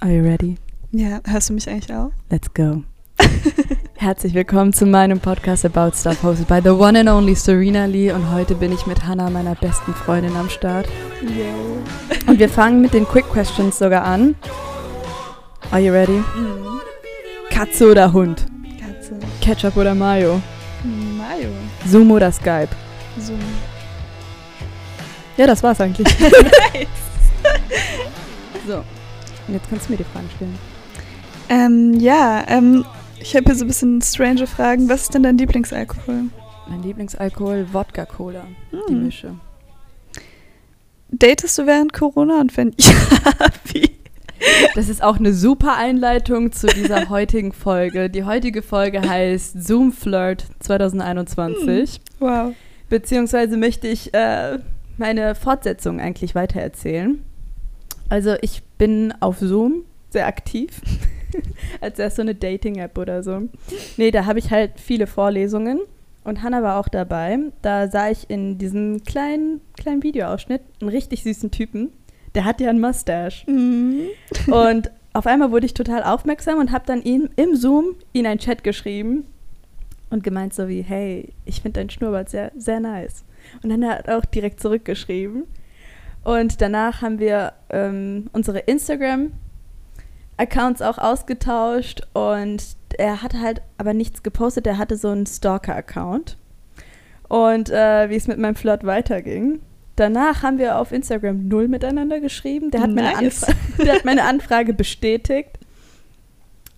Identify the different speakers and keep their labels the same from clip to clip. Speaker 1: Are you ready?
Speaker 2: Ja, hörst du mich eigentlich auch?
Speaker 1: Let's go. Herzlich willkommen zu meinem Podcast About Stuff, hosted by the one and only Serena Lee. Und heute bin ich mit Hannah, meiner besten Freundin, am Start.
Speaker 2: Yo.
Speaker 1: Und wir fangen mit den Quick Questions sogar an. Are you ready?
Speaker 2: Mhm.
Speaker 1: Katze oder Hund?
Speaker 2: Katze.
Speaker 1: Ketchup oder Mayo?
Speaker 2: Mayo.
Speaker 1: Zoom oder Skype?
Speaker 2: So.
Speaker 1: Ja, das war's eigentlich. so, und jetzt kannst du mir die Fragen stellen.
Speaker 2: Ähm, ja, ähm, ich habe hier so ein bisschen strange Fragen. Was ist denn dein Lieblingsalkohol?
Speaker 1: Mein Lieblingsalkohol, Wodka-Cola, die
Speaker 2: Hm.
Speaker 1: Mische.
Speaker 2: Datest du während Corona und wenn ja, wie?
Speaker 1: Das ist auch eine super Einleitung zu dieser heutigen Folge. Die heutige Folge heißt Zoom Flirt 2021.
Speaker 2: Hm. Wow.
Speaker 1: Beziehungsweise möchte ich äh, meine Fortsetzung eigentlich weitererzählen. Also ich bin auf Zoom sehr aktiv, als wäre es so eine Dating-App oder so. Nee, da habe ich halt viele Vorlesungen und Hannah war auch dabei. Da sah ich in diesem kleinen, kleinen Videoausschnitt einen richtig süßen Typen. Der hat ja einen Mustache.
Speaker 2: Mhm.
Speaker 1: Und auf einmal wurde ich total aufmerksam und habe dann ihm im Zoom ihn einen Chat geschrieben und gemeint so wie, hey, ich finde dein Schnurrbart sehr, sehr nice. Und dann hat er auch direkt zurückgeschrieben. Und danach haben wir ähm, unsere Instagram-Accounts auch ausgetauscht und er hatte halt aber nichts gepostet, er hatte so einen Stalker-Account. Und äh, wie es mit meinem Flirt weiterging. Danach haben wir auf Instagram null miteinander geschrieben. Der hat, meine,
Speaker 2: Nice.
Speaker 1: Anfra der hat meine Anfrage bestätigt.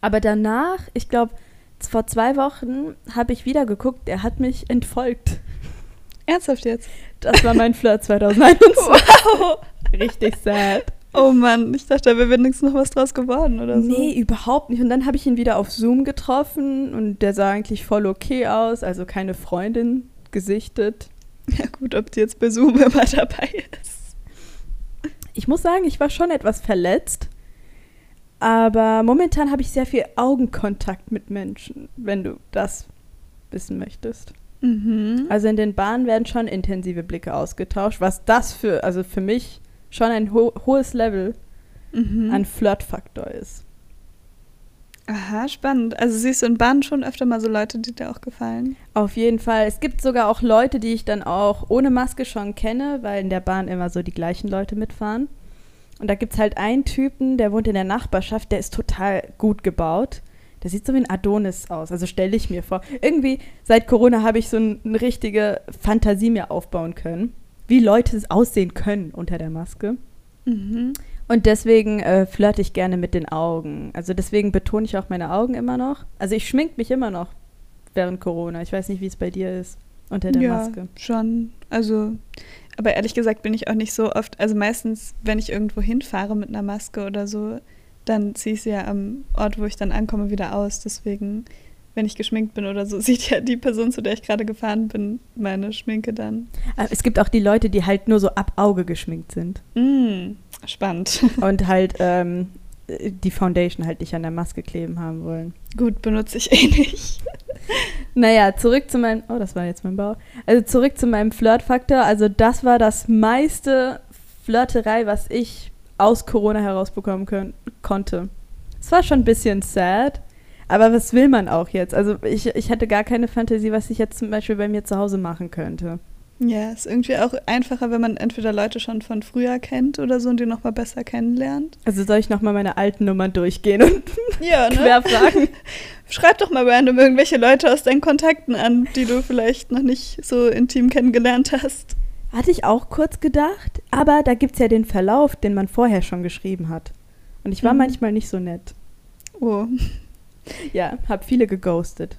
Speaker 1: Aber danach, ich glaube, vor zwei Wochen habe ich wieder geguckt, er hat mich entfolgt.
Speaker 2: Ernsthaft jetzt?
Speaker 1: Das war mein Flirt 2021.
Speaker 2: Wow.
Speaker 1: Richtig sad.
Speaker 2: Oh Mann, ich dachte, da wäre wenigstens noch was draus geworden oder so.
Speaker 1: Nee, überhaupt nicht. Und dann habe ich ihn wieder auf Zoom getroffen und der sah eigentlich voll okay aus, also keine Freundin gesichtet.
Speaker 2: Ja gut, ob die jetzt bei Zoom immer dabei ist.
Speaker 1: Ich muss sagen, ich war schon etwas verletzt, aber momentan habe ich sehr viel Augenkontakt mit Menschen, wenn du das wissen möchtest.
Speaker 2: Mhm.
Speaker 1: Also in den Bahnen werden schon intensive Blicke ausgetauscht, was das für, also für mich schon ein ho hohes Level
Speaker 2: Mhm.
Speaker 1: an Flirtfaktor ist.
Speaker 2: Aha, spannend. Also siehst du in Bahnen schon öfter mal so Leute, die dir auch gefallen.
Speaker 1: Auf jeden Fall. Es gibt sogar auch Leute, die ich dann auch ohne Maske schon kenne, weil in der Bahn immer so die gleichen Leute mitfahren. Und da gibt es halt einen Typen, der wohnt in der Nachbarschaft, der ist total gut gebaut. Der sieht so wie ein Adonis aus, also stelle ich mir vor. Irgendwie seit Corona habe ich so ein, eine richtige Fantasie mir aufbauen können, wie Leute es aussehen können unter der Maske.
Speaker 2: Mhm.
Speaker 1: Und deswegen äh, flirte ich gerne mit den Augen. Also deswegen betone ich auch meine Augen immer noch. Also ich schmink mich immer noch während Corona. Ich weiß nicht, wie es bei dir ist unter der
Speaker 2: ja,
Speaker 1: Maske.
Speaker 2: schon. Also, aber ehrlich gesagt bin ich auch nicht so oft, also meistens, wenn ich irgendwo hinfahre mit einer Maske oder so, dann ziehe ich sie ja am Ort, wo ich dann ankomme, wieder aus. Deswegen, wenn ich geschminkt bin oder so, sieht ja die Person, zu der ich gerade gefahren bin, meine Schminke dann.
Speaker 1: Aber es gibt auch die Leute, die halt nur so ab Auge geschminkt sind
Speaker 2: Mm, spannend.
Speaker 1: und halt ähm, äh, die Foundation halt nicht an der Maske kleben haben wollen.
Speaker 2: Gut, benutze ich eh nicht.
Speaker 1: Naja, zurück zu meinem. Oh, das war jetzt mein Bau. Also zurück zu meinem Flirtfaktor. Also das war das meiste Flirterei, was ich aus Corona herausbekommen können, konnte. Es war schon ein bisschen sad, aber was will man auch jetzt? Also ich, ich hatte gar keine Fantasie, was ich jetzt zum Beispiel bei mir zu Hause machen könnte.
Speaker 2: Ja, ist irgendwie auch einfacher, wenn man entweder Leute schon von früher kennt oder so und die nochmal besser kennenlernt.
Speaker 1: Also soll ich nochmal meine alten Nummern durchgehen und
Speaker 2: Ja,
Speaker 1: ne? querfragen?
Speaker 2: Schreib doch mal random irgendwelche Leute aus deinen Kontakten an, die du vielleicht noch nicht so intim kennengelernt hast.
Speaker 1: Hatte ich auch kurz gedacht, aber da gibt es ja den Verlauf, den man vorher schon geschrieben hat. Und ich war
Speaker 2: Mhm.
Speaker 1: manchmal nicht so nett.
Speaker 2: Oh.
Speaker 1: Ja, hab viele geghostet.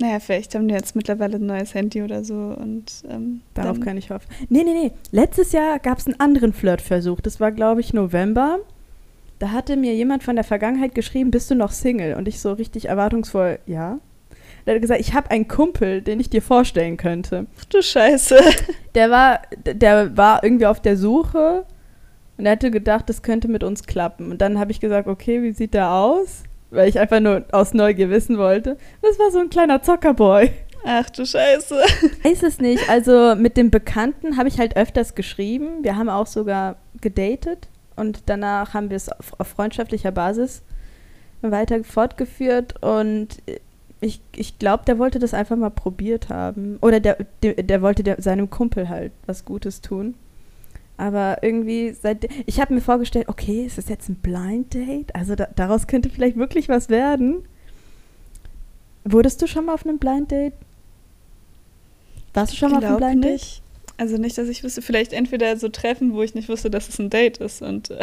Speaker 2: Naja, vielleicht haben die jetzt mittlerweile ein neues Handy oder so und ähm,
Speaker 1: Darauf
Speaker 2: dann,
Speaker 1: kann ich hoffen. Nee, nee, nee. Letztes Jahr gab es einen anderen Flirtversuch. Das war, glaube ich, November. Da hatte mir jemand von der Vergangenheit geschrieben, bist du noch Single? Und ich so richtig erwartungsvoll, ja. Da hat er gesagt, ich habe einen Kumpel, den ich dir vorstellen könnte.
Speaker 2: Ach du Scheiße.
Speaker 1: Der war, d- der war irgendwie auf der Suche und er hatte gedacht, das könnte mit uns klappen. Und dann habe ich gesagt, okay, wie sieht der aus? Weil ich einfach nur aus Neugier wissen wollte. Das war so ein kleiner Zockerboy.
Speaker 2: Ach du Scheiße.
Speaker 1: Weiß es nicht. Also mit dem Bekannten habe ich halt öfters geschrieben. Wir haben auch sogar gedatet und danach haben wir es auf, auf freundschaftlicher Basis weiter fortgeführt und ich, ich glaube, der wollte das einfach mal probiert haben. Oder der, der, der wollte der, seinem Kumpel halt was Gutes tun. Aber irgendwie, seit, ich habe mir vorgestellt, okay, ist das jetzt ein Blind Date? Also da, daraus könnte vielleicht wirklich was werden. Wurdest du schon mal auf einem Blind Date? Warst du schon mal auf einem
Speaker 2: Glaub
Speaker 1: Blind Date?
Speaker 2: nicht. Also nicht, dass ich wüsste, vielleicht entweder so Treffen, wo ich nicht wusste, dass es ein Date ist und äh,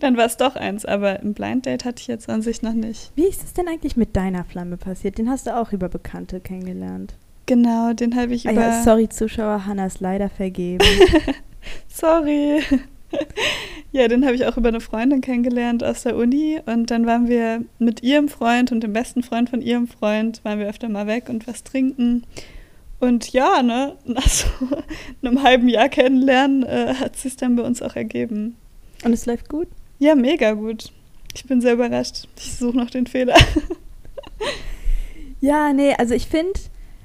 Speaker 2: dann war es doch eins, aber ein Blind Date hatte ich jetzt an sich noch nicht.
Speaker 1: Wie ist es denn eigentlich mit deiner Flamme passiert? Den hast du auch über Bekannte kennengelernt.
Speaker 2: Genau, den habe ich
Speaker 1: Ah
Speaker 2: über...
Speaker 1: ja, sorry, Zuschauer, Hannah ist leider vergeben.
Speaker 2: Sorry. Ja, den habe ich auch über eine Freundin kennengelernt aus der Uni und dann waren wir mit ihrem Freund und dem besten Freund von ihrem Freund, waren wir öfter mal weg und was trinken. Und ja, ne, nach so einem halben Jahr kennenlernen äh, hat sich dann bei uns auch ergeben.
Speaker 1: Und es läuft gut.
Speaker 2: Ja, mega gut. Ich bin sehr überrascht. Ich suche noch den Fehler.
Speaker 1: Ja, nee, also ich finde,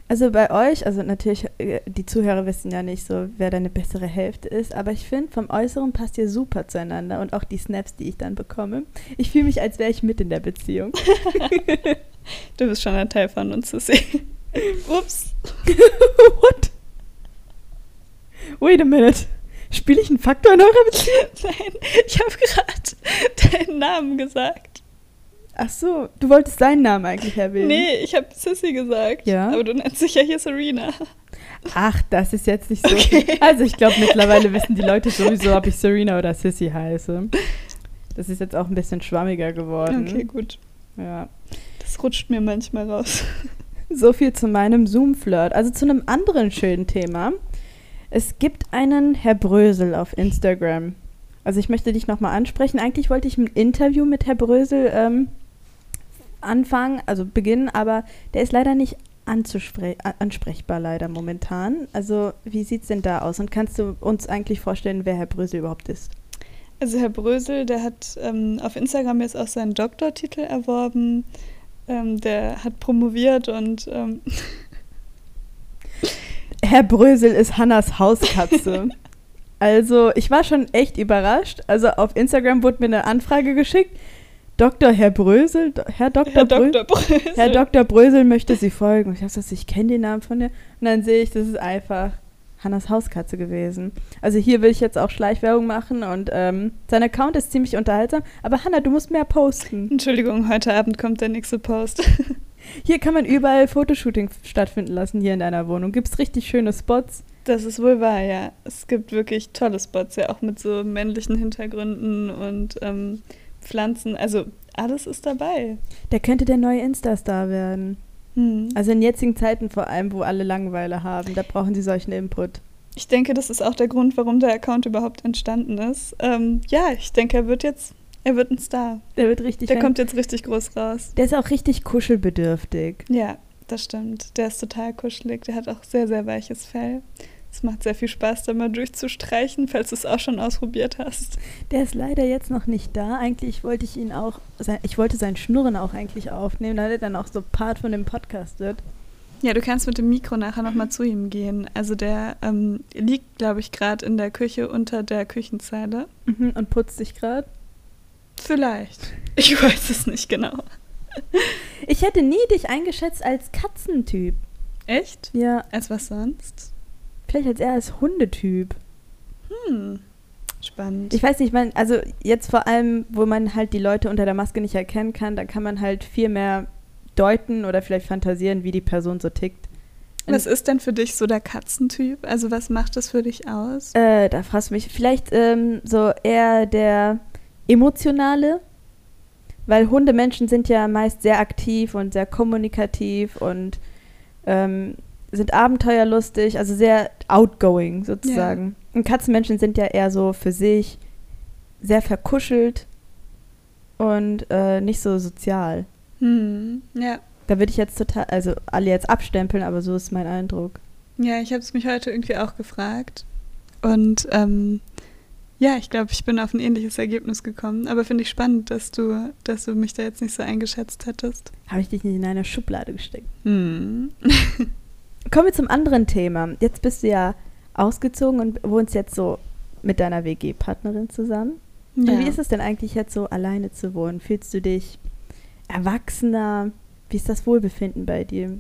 Speaker 1: also bei euch, also natürlich, äh, die Zuhörer wissen ja nicht so, wer deine bessere Hälfte ist, aber ich finde, vom Äußeren passt ihr super zueinander und auch die Snaps, die ich dann bekomme. Ich fühle mich, als wäre ich mit in der Beziehung.
Speaker 2: Du bist schon ein Teil von uns zu sehen. Ups.
Speaker 1: What? Wait a minute. Spiele ich einen Faktor in eurer Beziehung?
Speaker 2: Nein, ich habe gerade deinen Namen gesagt.
Speaker 1: Ach so, du wolltest deinen Namen eigentlich erwähnen.
Speaker 2: Nee, ich habe Sissy gesagt.
Speaker 1: Ja?
Speaker 2: Aber du nennst dich ja hier Serena.
Speaker 1: Ach, das ist jetzt nicht so.
Speaker 2: Okay.
Speaker 1: Also ich glaube, mittlerweile wissen die Leute sowieso, ob ich Serena oder Sissy heiße. Das ist jetzt auch ein bisschen schwammiger geworden.
Speaker 2: Okay, gut.
Speaker 1: Ja.
Speaker 2: Das rutscht mir manchmal raus.
Speaker 1: So viel zu meinem Zoom-Flirt. Also zu einem anderen schönen Thema. Es gibt einen Herr Brösel auf Instagram. Also ich möchte dich nochmal ansprechen. Eigentlich wollte ich ein Interview mit Herr Brösel ähm, anfangen, also beginnen, aber der ist leider nicht anzuspre- a- ansprechbar leider momentan. Also wie sieht's denn da aus? Und kannst du uns eigentlich vorstellen, wer Herr Brösel überhaupt ist?
Speaker 2: Also Herr Brösel, der hat ähm, auf Instagram jetzt auch seinen Doktortitel erworben. Ähm, der hat promoviert und ähm,
Speaker 1: Herr Brösel ist Hannas Hauskatze. also, ich war schon echt überrascht. Also, auf Instagram wurde mir eine Anfrage geschickt. Dr. Herr Brösel, Do- Herr Dr.
Speaker 2: Herr
Speaker 1: Brö-
Speaker 2: Dr. Brösel.
Speaker 1: Herr Dr. Brösel möchte Sie folgen. Und Ich dachte, ich kenne den Namen von dir. Und dann sehe ich, das ist einfach Hannas Hauskatze gewesen. Also hier will ich jetzt auch Schleichwerbung machen und ähm, sein Account ist ziemlich unterhaltsam. Aber Hanna, du musst mehr posten.
Speaker 2: Entschuldigung, heute Abend kommt der nächste Post.
Speaker 1: Hier kann man überall Fotoshooting stattfinden lassen, hier in deiner Wohnung. Gibt es richtig schöne Spots.
Speaker 2: Das ist wohl wahr, ja. Es gibt wirklich tolle Spots, ja, auch mit so männlichen Hintergründen und ähm, Pflanzen. Also alles ist dabei.
Speaker 1: Der könnte der neue Insta-Star werden.
Speaker 2: Hm.
Speaker 1: Also in jetzigen Zeiten vor allem, wo alle Langeweile haben, da brauchen sie solchen Input.
Speaker 2: Ich denke, das ist auch der Grund, warum der Account überhaupt entstanden ist. Ähm, ja, ich denke, er wird jetzt, er wird ein Star.
Speaker 1: Der wird richtig.
Speaker 2: der kommt jetzt richtig groß raus.
Speaker 1: der ist auch richtig kuschelbedürftig.
Speaker 2: Ja, das stimmt. Der ist total kuschelig. Der hat auch sehr, sehr weiches Fell. Es macht sehr viel Spaß, da mal durchzustreichen, falls du es auch schon ausprobiert hast.
Speaker 1: Der ist leider jetzt noch nicht da. Eigentlich wollte ich ihn auch, sein- ich wollte sein Schnurren auch eigentlich aufnehmen, da er dann auch so Part von dem Podcast wird.
Speaker 2: Ja, du kannst mit dem Mikro nachher nochmal zu ihm gehen. Also der ähm, liegt, glaube ich, gerade in der Küche unter der Küchenzeile.
Speaker 1: Mhm, und putzt sich gerade.
Speaker 2: Vielleicht. Ich weiß es nicht genau.
Speaker 1: Ich hätte nie dich eingeschätzt als Katzentyp.
Speaker 2: Echt?
Speaker 1: Ja,
Speaker 2: Als was sonst?
Speaker 1: vielleicht als er als Hundetyp.
Speaker 2: Hm. Spannend.
Speaker 1: Ich weiß nicht, man, also jetzt vor allem, wo man halt die Leute unter der Maske nicht erkennen kann, da kann man halt viel mehr deuten oder vielleicht fantasieren, wie die Person so tickt.
Speaker 2: Was ist denn für dich so der Katzentyp? Also was macht das für dich aus?
Speaker 1: Äh, da fragst du mich, vielleicht ähm, so eher der emotionale, weil Hundemenschen sind ja meist sehr aktiv und sehr kommunikativ und ähm, sind abenteuerlustig, also sehr outgoing sozusagen. Und Katzenmenschen sind ja eher so für sich sehr verkuschelt und äh, nicht so sozial.
Speaker 2: Hm, ja.
Speaker 1: Da würde ich jetzt total, also alle jetzt abstempeln, aber so ist mein Eindruck.
Speaker 2: Ja, ich habe es mich heute irgendwie auch gefragt. Und ähm, ja, ich glaube, ich bin auf ein ähnliches Ergebnis gekommen. Aber finde ich spannend, dass du, dass du mich da jetzt nicht so eingeschätzt hättest.
Speaker 1: Habe ich dich nicht in eine Schublade gesteckt?
Speaker 2: Hm.
Speaker 1: Kommen wir zum anderen Thema. Jetzt bist du ja ausgezogen und wohnst jetzt so mit deiner WG-Partnerin zusammen. Und
Speaker 2: Ja.
Speaker 1: Wie ist es denn eigentlich jetzt so, alleine zu wohnen? Fühlst du dich erwachsener? Wie ist das Wohlbefinden bei dir?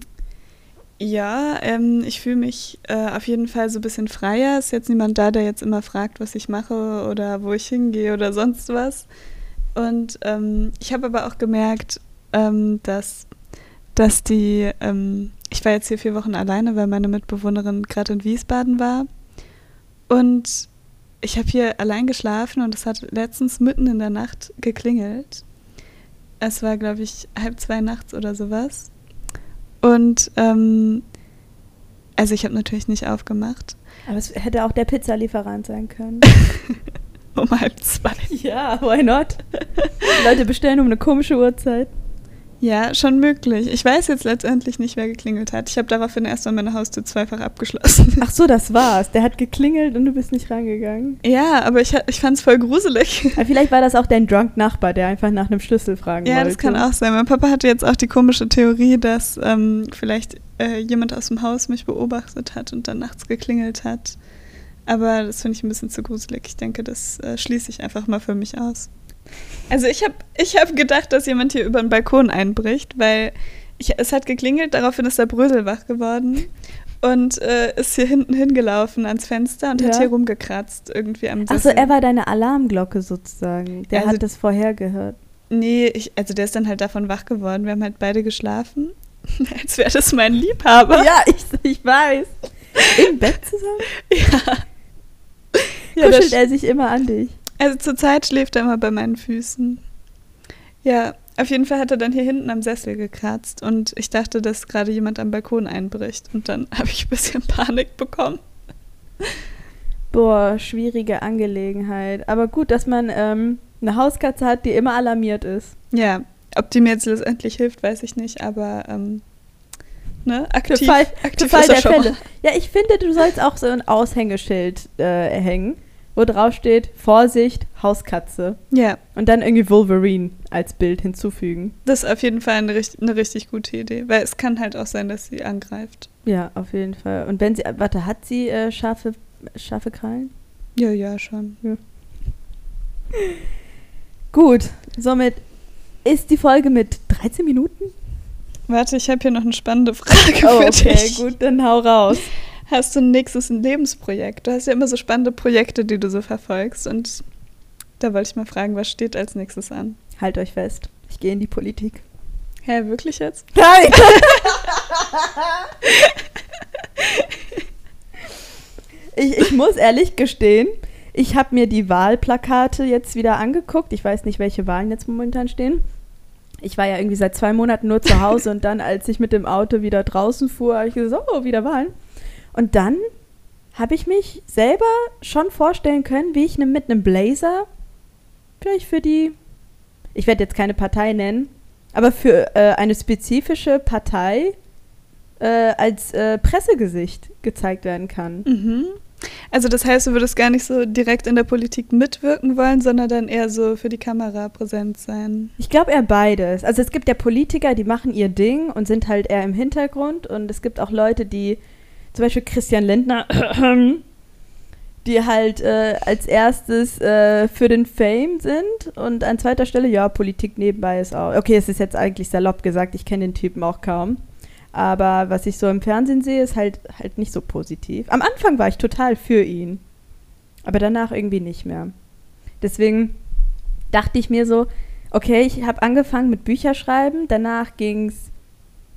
Speaker 2: Ja, ähm, ich fühle mich äh, auf jeden Fall so ein bisschen freier. Ist jetzt niemand da, der jetzt immer fragt, was ich mache oder wo ich hingehe oder sonst was. Und ähm, ich habe aber auch gemerkt, ähm, dass, dass die, ähm, ich war jetzt hier vier Wochen alleine, weil meine Mitbewohnerin gerade in Wiesbaden war. Und ich habe hier allein geschlafen und es hat letztens mitten in der Nacht geklingelt. Es war, glaube ich, halb zwei nachts oder sowas. Und ähm, also ich habe natürlich nicht aufgemacht.
Speaker 1: Aber es hätte auch der Pizzalieferant sein können.
Speaker 2: um halb zwei.
Speaker 1: ja, why not? Die Leute bestellen um eine komische Uhrzeit.
Speaker 2: Ja, schon möglich. Ich weiß jetzt letztendlich nicht, wer geklingelt hat. Ich habe daraufhin erstmal meine Haustür zweifach abgeschlossen.
Speaker 1: Ach so, das war's. Der hat geklingelt und du bist nicht rangegangen.
Speaker 2: Ja, aber ich, ha- ich fand es voll gruselig.
Speaker 1: Aber vielleicht war das auch dein Drunk-Nachbar, der einfach nach einem Schlüssel fragen
Speaker 2: Ja,
Speaker 1: wollte.
Speaker 2: das kann auch sein. Mein Papa hatte jetzt auch die komische Theorie, dass ähm, vielleicht äh, jemand aus dem Haus mich beobachtet hat und dann nachts geklingelt hat. Aber das finde ich ein bisschen zu gruselig. Ich denke, das äh, schließe ich einfach mal für mich aus. Also ich habe ich hab gedacht, dass jemand hier über den Balkon einbricht, weil ich, es hat geklingelt, daraufhin ist der Brösel wach geworden und äh, ist hier hinten hingelaufen ans Fenster und hat
Speaker 1: Ja.
Speaker 2: hier rumgekratzt irgendwie am
Speaker 1: Ach so, er war deine Alarmglocke sozusagen. Der
Speaker 2: Also-
Speaker 1: hat das vorher gehört.
Speaker 2: Nee, ich, also der ist dann halt davon wach geworden. Wir haben halt beide geschlafen. Als wäre das mein Liebhaber.
Speaker 1: Ja, ich, ich weiß. Im Bett zusammen?
Speaker 2: Ja. Ja,
Speaker 1: Kuschelt
Speaker 2: das-
Speaker 1: er sich immer an dich.
Speaker 2: Also zurzeit schläft er immer bei meinen Füßen. Ja, auf jeden Fall hat er dann hier hinten am Sessel gekratzt und ich dachte, dass gerade jemand am Balkon einbricht. Und dann habe ich ein bisschen Panik bekommen.
Speaker 1: Boah, schwierige Angelegenheit. Aber gut, dass man ähm, eine Hauskatze hat, die immer alarmiert ist.
Speaker 2: Ja, ob die mir jetzt letztendlich hilft, weiß ich nicht, aber ähm, ne,
Speaker 1: Für
Speaker 2: aktiv,
Speaker 1: Fall, für
Speaker 2: aktiv
Speaker 1: Fall
Speaker 2: ist er
Speaker 1: der
Speaker 2: schon
Speaker 1: Fälle.
Speaker 2: mal.
Speaker 1: Ja, ich finde, du sollst auch so ein Aushängeschild äh, hängen, wo drauf steht: Vorsicht, Hauskatze.
Speaker 2: Ja,
Speaker 1: Und dann irgendwie Wolverine als Bild hinzufügen.
Speaker 2: das ist auf jeden Fall eine, richt- eine richtig gute Idee, weil es kann halt auch sein, dass sie angreift.
Speaker 1: Ja, auf jeden Fall. Und wenn sie, warte, hat sie äh, scharfe, scharfe Krallen?
Speaker 2: Ja, ja, schon.
Speaker 1: Gut, somit ist die Folge mit 13 Minuten.
Speaker 2: Warte, ich habe hier noch eine spannende Frage für
Speaker 1: Oh, okay,
Speaker 2: dich.
Speaker 1: gut, dann hau raus.
Speaker 2: Hast du ein nächstes Lebensprojekt? Du hast ja immer so spannende Projekte, die du so verfolgst. Und da wollte ich mal fragen, was steht als nächstes an?
Speaker 1: Halt euch fest, ich gehe in die Politik.
Speaker 2: Hä, wirklich jetzt?
Speaker 1: Nein! ich, ich muss ehrlich gestehen, ich habe mir die Wahlplakate jetzt wieder angeguckt. Ich weiß nicht, welche Wahlen jetzt momentan stehen. Ich war ja irgendwie seit zwei Monaten nur zu Hause und dann, als ich mit dem Auto wieder draußen fuhr, habe ich gesagt, oh, wieder Wahlen. Und dann habe ich mich selber schon vorstellen können, wie ich ne- mit einem Blazer vielleicht für die, ich werde jetzt keine Partei nennen, aber für äh, eine spezifische Partei äh, als äh, Pressegesicht gezeigt werden kann.
Speaker 2: Mhm. Also das heißt, du würdest gar nicht so direkt in der Politik mitwirken wollen, sondern dann eher so für die Kamera präsent sein.
Speaker 1: Ich glaube eher beides. Also es gibt ja Politiker, die machen ihr Ding und sind halt eher im Hintergrund und es gibt auch Leute, die, zum Beispiel Christian Lindner, die halt äh, als erstes äh, für den Fame sind und an zweiter Stelle, ja, Politik nebenbei ist auch. Okay, es ist jetzt eigentlich salopp gesagt, ich kenne den Typen auch kaum. Aber was ich so im Fernsehen sehe, ist halt, halt nicht so positiv. Am Anfang war ich total für ihn. Aber danach irgendwie nicht mehr. Deswegen dachte ich mir so, okay, ich habe angefangen mit Bücherschreiben, danach ging's.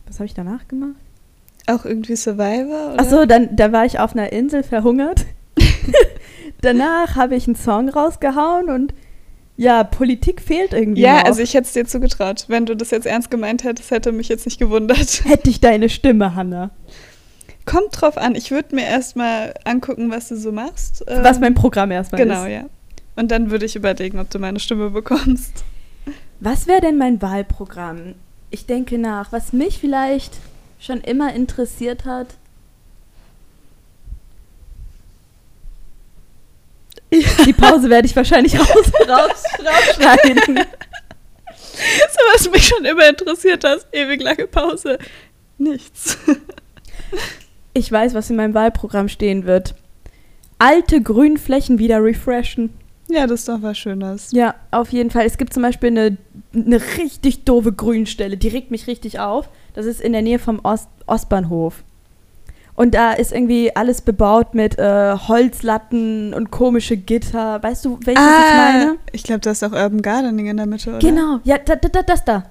Speaker 1: Was habe ich danach gemacht?
Speaker 2: Auch irgendwie Survivor? Oder?
Speaker 1: Ach so, dann da war ich auf einer Insel verhungert. danach habe ich einen Song rausgehauen und ja, Politik fehlt irgendwie.
Speaker 2: Ja,
Speaker 1: noch.
Speaker 2: also ich hätte es dir zugetraut. Wenn du das jetzt ernst gemeint hättest, hätte mich jetzt nicht gewundert.
Speaker 1: hätte ich deine Stimme, Hanna.
Speaker 2: Kommt drauf an. Ich würde mir erstmal angucken, was du so machst. Ähm,
Speaker 1: Was mein Programm erstmal
Speaker 2: Genau,
Speaker 1: ist.
Speaker 2: ja. Und dann würde ich überlegen, ob du meine Stimme bekommst.
Speaker 1: Was wäre denn mein Wahlprogramm? Ich denke nach, was mich vielleicht schon immer interessiert hat. Die Pause werde ich wahrscheinlich raus, raus, rausschneiden.
Speaker 2: So was mich schon immer interessiert hat, ewig lange Pause. Nichts.
Speaker 1: Ich weiß, was in meinem Wahlprogramm stehen wird. Alte Grünflächen wieder refreshen.
Speaker 2: Ja, das ist doch was Schönes.
Speaker 1: Ja, auf jeden Fall. Es gibt zum Beispiel eine, eine richtig doofe Grünstelle, die regt mich richtig auf. Das ist in der Nähe vom Ost Ostbahnhof. Und da ist irgendwie alles bebaut mit äh, Holzlatten und komische Gitter. Weißt du, welches ich
Speaker 2: Ah,
Speaker 1: meine?
Speaker 2: Ich glaube, da ist auch Urban Gardening in der Mitte, oder?
Speaker 1: Genau, ja, da, da, da, das da.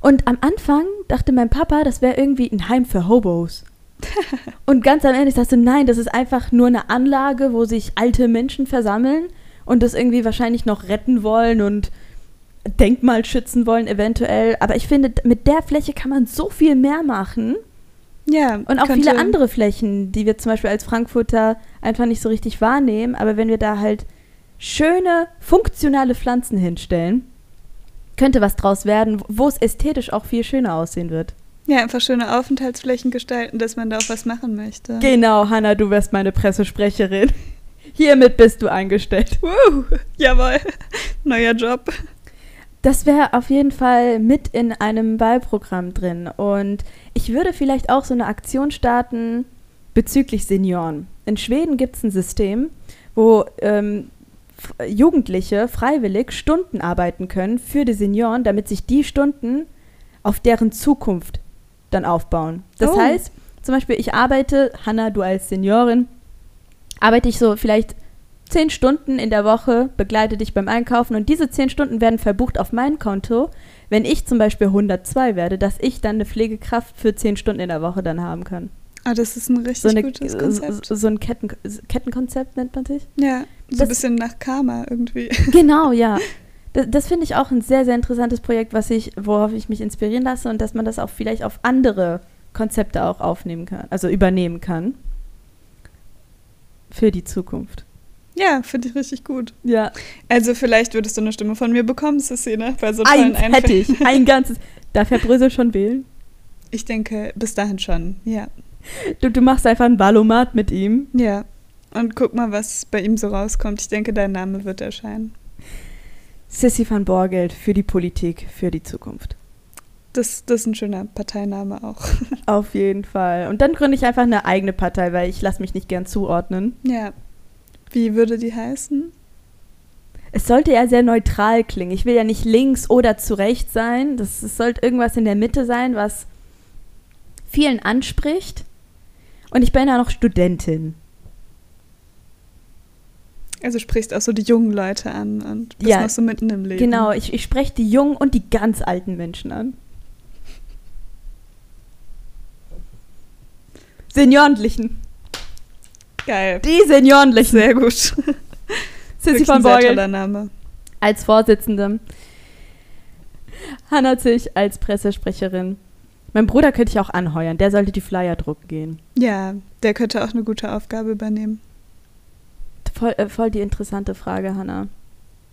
Speaker 1: Und am Anfang dachte mein Papa, das wäre irgendwie ein Heim für Hobos. und ganz am Ende dachte ich, nein, das ist einfach nur eine Anlage, wo sich alte Menschen versammeln und das irgendwie wahrscheinlich noch retten wollen und Denkmal schützen wollen eventuell. Aber ich finde, mit der Fläche kann man so viel mehr machen.
Speaker 2: Ja,
Speaker 1: Und auch
Speaker 2: könnte-
Speaker 1: viele andere Flächen, die wir zum Beispiel als Frankfurter einfach nicht so richtig wahrnehmen. Aber wenn wir da halt schöne, funktionale Pflanzen hinstellen, könnte was draus werden, wo es ästhetisch auch viel schöner aussehen wird.
Speaker 2: Ja, einfach schöne Aufenthaltsflächen gestalten, dass man da auch was machen möchte.
Speaker 1: Genau, Hanna, du wärst meine Pressesprecherin. Hiermit bist du angestellt.
Speaker 2: Woo, jawohl, neuer Job.
Speaker 1: Das wäre auf jeden Fall mit in einem Wahlprogramm drin. Und ich würde vielleicht auch so eine Aktion starten bezüglich Senioren. In Schweden gibt es ein System, wo ähm, F- Jugendliche freiwillig Stunden arbeiten können für die Senioren, damit sich die Stunden auf deren Zukunft dann aufbauen. Das
Speaker 2: Oh.
Speaker 1: heißt, zum Beispiel, ich arbeite, Hanna, du als Seniorin, arbeite ich so vielleicht zehn Stunden in der Woche, begleite dich beim Einkaufen und diese zehn Stunden werden verbucht auf mein Konto, wenn ich zum Beispiel 102 werde, dass ich dann eine Pflegekraft für zehn Stunden in der Woche dann haben kann.
Speaker 2: Ah, das ist ein richtig
Speaker 1: So, eine,
Speaker 2: gutes Konzept.
Speaker 1: so so ein Ketten, Kettenkonzept nennt man sich.
Speaker 2: Ja, so
Speaker 1: das-
Speaker 2: ein bisschen nach Karma irgendwie.
Speaker 1: Genau, ja. Das, das finde ich auch ein sehr, sehr interessantes Projekt, was ich, worauf ich mich inspirieren lasse und dass man das auch vielleicht auf andere Konzepte auch aufnehmen kann, also übernehmen kann. Für die Zukunft.
Speaker 2: Ja, finde ich richtig gut.
Speaker 1: Ja,
Speaker 2: Also vielleicht würdest du eine Stimme von mir bekommen, Szene, bei so tollen
Speaker 1: eins hätte
Speaker 2: Einfällen.
Speaker 1: ich, ein ganzes. Darf Herr Brösel schon wählen?
Speaker 2: Ich denke, bis dahin schon, ja.
Speaker 1: Du, du machst einfach einen Valomat mit ihm.
Speaker 2: Ja, und guck mal, was bei ihm so rauskommt. Ich denke, dein Name wird erscheinen.
Speaker 1: Sissy van Borgeld für die Politik, für die Zukunft.
Speaker 2: Das, das ist ein schöner Parteiname auch.
Speaker 1: Auf jeden Fall. Und dann gründe ich einfach eine eigene Partei, weil ich lasse mich nicht gern zuordnen.
Speaker 2: Ja. Wie würde die heißen?
Speaker 1: Es sollte ja sehr neutral klingen. Ich will ja nicht links oder zu rechts sein. Das, es sollte irgendwas in der Mitte sein, was vielen anspricht. Und ich bin ja noch Studentin.
Speaker 2: Also sprichst auch so die jungen Leute an und bist
Speaker 1: Ja.
Speaker 2: noch so mitten im Leben.
Speaker 1: Genau, ich, ich spreche die jungen und die ganz alten Menschen an. Seniorenlichen.
Speaker 2: Geil.
Speaker 1: Die Seniorenlichen.
Speaker 2: Sehr gut.
Speaker 1: Sissy
Speaker 2: Wirklich
Speaker 1: von
Speaker 2: ein sehr
Speaker 1: Borgel
Speaker 2: toller Name.
Speaker 1: als Vorsitzende. Hanna Zilch als Pressesprecherin. Mein Bruder könnte ich auch anheuern. Der sollte die Flyer drucken gehen.
Speaker 2: Ja, der könnte auch eine gute Aufgabe übernehmen.
Speaker 1: Voll, äh, voll die interessante Frage, Hanna.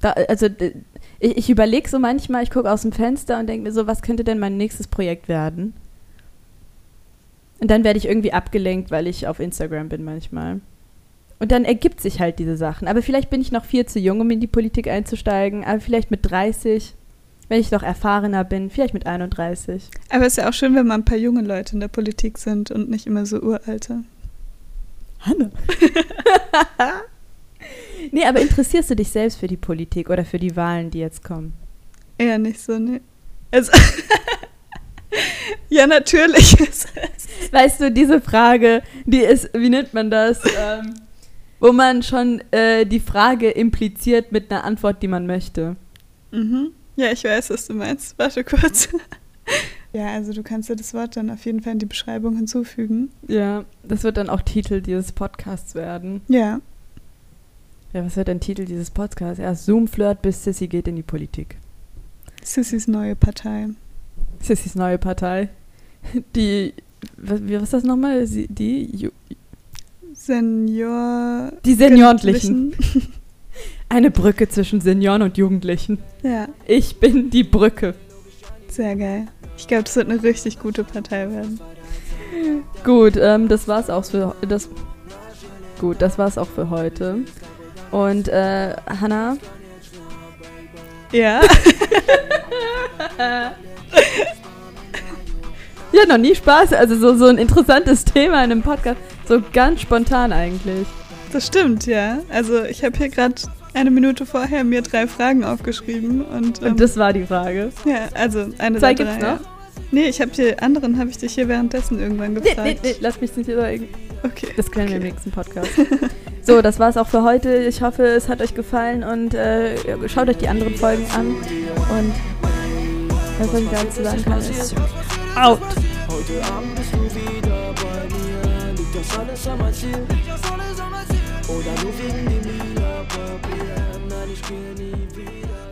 Speaker 1: Da, also d- ich, ich überlege so manchmal, ich gucke aus dem Fenster und denke mir so, was könnte denn mein nächstes Projekt werden? Und dann werde ich irgendwie abgelenkt, weil ich auf Instagram bin manchmal. Und dann ergibt sich halt diese Sachen. Aber vielleicht bin ich noch viel zu jung, um in die Politik einzusteigen. Aber vielleicht mit 30, wenn ich noch erfahrener bin, vielleicht mit 31.
Speaker 2: Aber es ist ja auch schön, wenn mal ein paar junge Leute in der Politik sind und nicht immer so uralte.
Speaker 1: Hanne. nee, aber interessierst du dich selbst für die Politik oder für die Wahlen, die jetzt kommen?
Speaker 2: Eher nicht so, ne? Also ja, natürlich. Es-
Speaker 1: Weißt du, diese Frage, die ist, wie nennt man das? Ähm, wo man schon äh, die Frage impliziert mit einer Antwort, die man möchte.
Speaker 2: mhm. Ja, ich weiß, was du meinst. Warte kurz. ja, also du kannst ja das Wort dann auf jeden Fall in die Beschreibung hinzufügen.
Speaker 1: Ja, das wird dann auch Titel dieses Podcasts werden.
Speaker 2: Ja.
Speaker 1: Ja, was wird denn Titel dieses Podcasts? Erst Zoom-Flirt, bis Sissy geht in die Politik.
Speaker 2: Sissys neue Partei.
Speaker 1: Sissys neue Partei. Die, was, wie- was ist das nochmal? Sie- Die, Ju-
Speaker 2: Senior.
Speaker 1: die Seniorenlichen. Eine Brücke zwischen Senioren und Jugendlichen.
Speaker 2: Ja,
Speaker 1: Ich bin die Brücke.
Speaker 2: sehr geil. Ich glaube, das wird eine richtig gute Partei werden.
Speaker 1: Gut, ähm, das war's auch für das. Gut, das war's auch für heute. Und äh, Hanna,
Speaker 2: Ja.
Speaker 1: ja, noch nie Spaß. Also so, so ein interessantes Thema in einem Podcast. So ganz spontan eigentlich.
Speaker 2: Das stimmt, ja. Also ich habe hier gerade eine Minute vorher mir drei Fragen aufgeschrieben und, ähm,
Speaker 1: Und das war die Frage.
Speaker 2: ja, also eine
Speaker 1: Zwei
Speaker 2: der
Speaker 1: gibt's
Speaker 2: drei.
Speaker 1: noch?
Speaker 2: Nee, ich habe hier anderen habe ich dich hier währenddessen irgendwann
Speaker 1: Nee,
Speaker 2: gefragt.
Speaker 1: nee, nee, lass mich nicht überlegen.
Speaker 2: Okay.
Speaker 1: Das klären wir im
Speaker 2: okay.
Speaker 1: nächsten Podcast. So, das war's auch für heute. Ich hoffe, es hat euch gefallen und äh, schaut euch die anderen Folgen an. Und was ich dazu sagen kann, ist out.
Speaker 3: Heute Abend bist du wieder bei mir. Liegt das alles an meinem Ziel? Oder nur wegen dem lila Papier? Nein, ich gehe nie wieder.